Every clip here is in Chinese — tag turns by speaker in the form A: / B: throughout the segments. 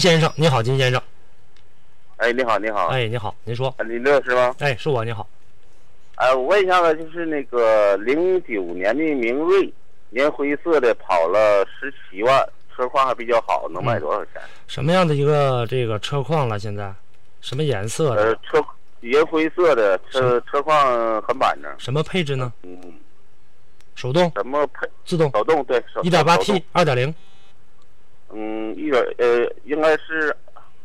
A: 先生，你好，金先生。
B: 哎，你好，你好，
A: 哎，你好，您说。
B: 啊李乐是吗？
A: 哎，是我，你好。
B: 哎，我问一下子，就是那个零九年的明锐，年灰色的，跑了十七万，车况还比较好，能
A: 嗯
B: 卖多少钱？
A: 什么样的一个这个车况了？现在什么颜色
B: 呃
A: 的？，
B: 车年灰色的，车车况很板正，
A: 什么配置呢？
B: 嗯，
A: 手动、
B: 什么配
A: 自动、
B: 手动对，手
A: 一点八
B: 手动
A: T、二点零。
B: 嗯，一点呃，应该是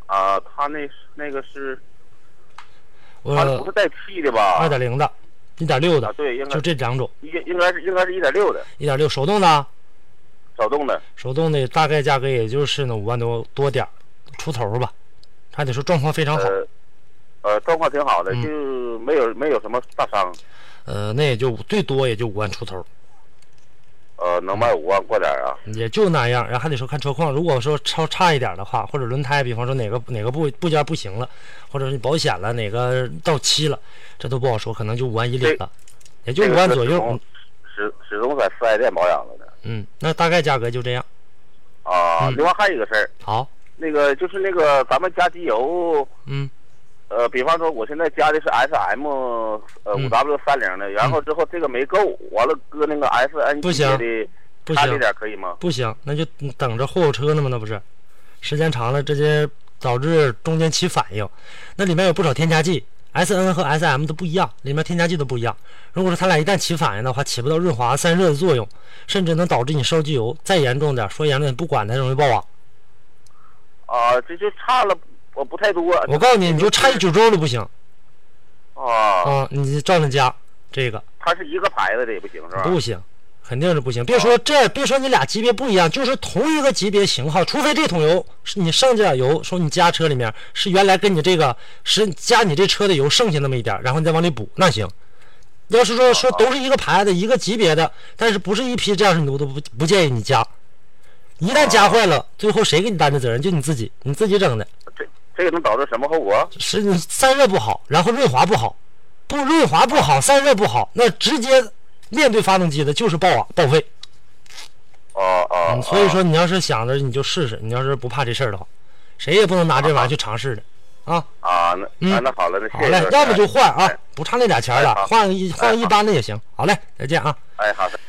B: 啊，他那是那个是，他不
A: 呃
B: 是，带 T 的吧？
A: 二点零的，一点六
B: 啊，
A: 的，
B: 对，应该
A: 就这两种。
B: 应应该是应该是一点六的
A: 一点六手动的啊，
B: 手动的，
A: 手动的大概价格也就是呢五万多多点儿出头吧，还得说状况非常好。
B: 呃，呃，状况挺好的，
A: 哦嗯
B: 就没有没有什么大伤，
A: 呃，那也就最多也就五万出头，
B: 呃，能卖五万过点儿啊。
A: 也就那样。然后还得说看车况，如果说超差一点儿的话，或者轮胎，比方说哪个哪个部部件不行了，或者是保险了哪个到期了，这都不好说，可能就五万以里
B: 对
A: 了，也就五万左右。嗯，
B: 始始终在四 S 店保养着呢。
A: 嗯，那大概价格就这样。
B: 啊，
A: 嗯
B: 另外还有一个事儿，
A: 好，
B: 那个就是那个咱们加机油，
A: 嗯
B: 呃，比方说我现在加的是 SM 呃
A: 嗯
B: 五 W 三零的，然后之后这个没够，完了搁那个 SN
A: 不行
B: 的
A: 不
B: 差这
A: 行
B: 点可以吗？
A: 不行，那就等着货车呢嘛，那不是？时间长了，这些导致中间起反应，那里面有不少添加剂，S N 和 S M 都不一样，里面添加剂都不一样。如果说它俩一旦起反应的话，起不到润滑散热的作用，甚至能导致你烧机油。再严重点，说严重点，不管它容易爆网。
B: 啊，这就差了我不太多
A: 我告诉你，你就差一九州都不行
B: 啊，
A: 啊、你照着加这个
B: 它是一个牌子的也不行是吧？啊
A: 不行。肯定是不行，别说这，别说你俩级别不一样，就是同一个级别型号，除非这桶油是你剩这点油，说你加车里面是原来跟你这个是加你这车的油剩下那么一点儿，然后你再往里补，那行。要是
B: 啊
A: 说说都是一个牌子、一个级别的，但是不是一批这样式，我都不不建议你加。一旦
B: 啊
A: 加坏了，最后谁给你担的责任？就你自己，你自己整的，
B: 这这个能导致什么后果？
A: 是你散热不好，然后润滑不好，不润滑不好，散热不好，那直接面对发动机的就是爆啊报废。
B: 哦哦，
A: 嗯，所以说你要是想着你就试试，你要是不怕这事儿的话，谁也不能拿这玩意儿去尝试的啊。
B: 啊，那
A: 嗯
B: 啊那好了，那谢
A: 好
B: 谢
A: 嘞
B: 老，师
A: 要不就换啊
B: 哎，
A: 不差那俩钱儿了
B: 哎好，
A: 换一
B: 哎
A: 换一
B: 好
A: 般的也行。好嘞，再见啊。
B: 哎，好的。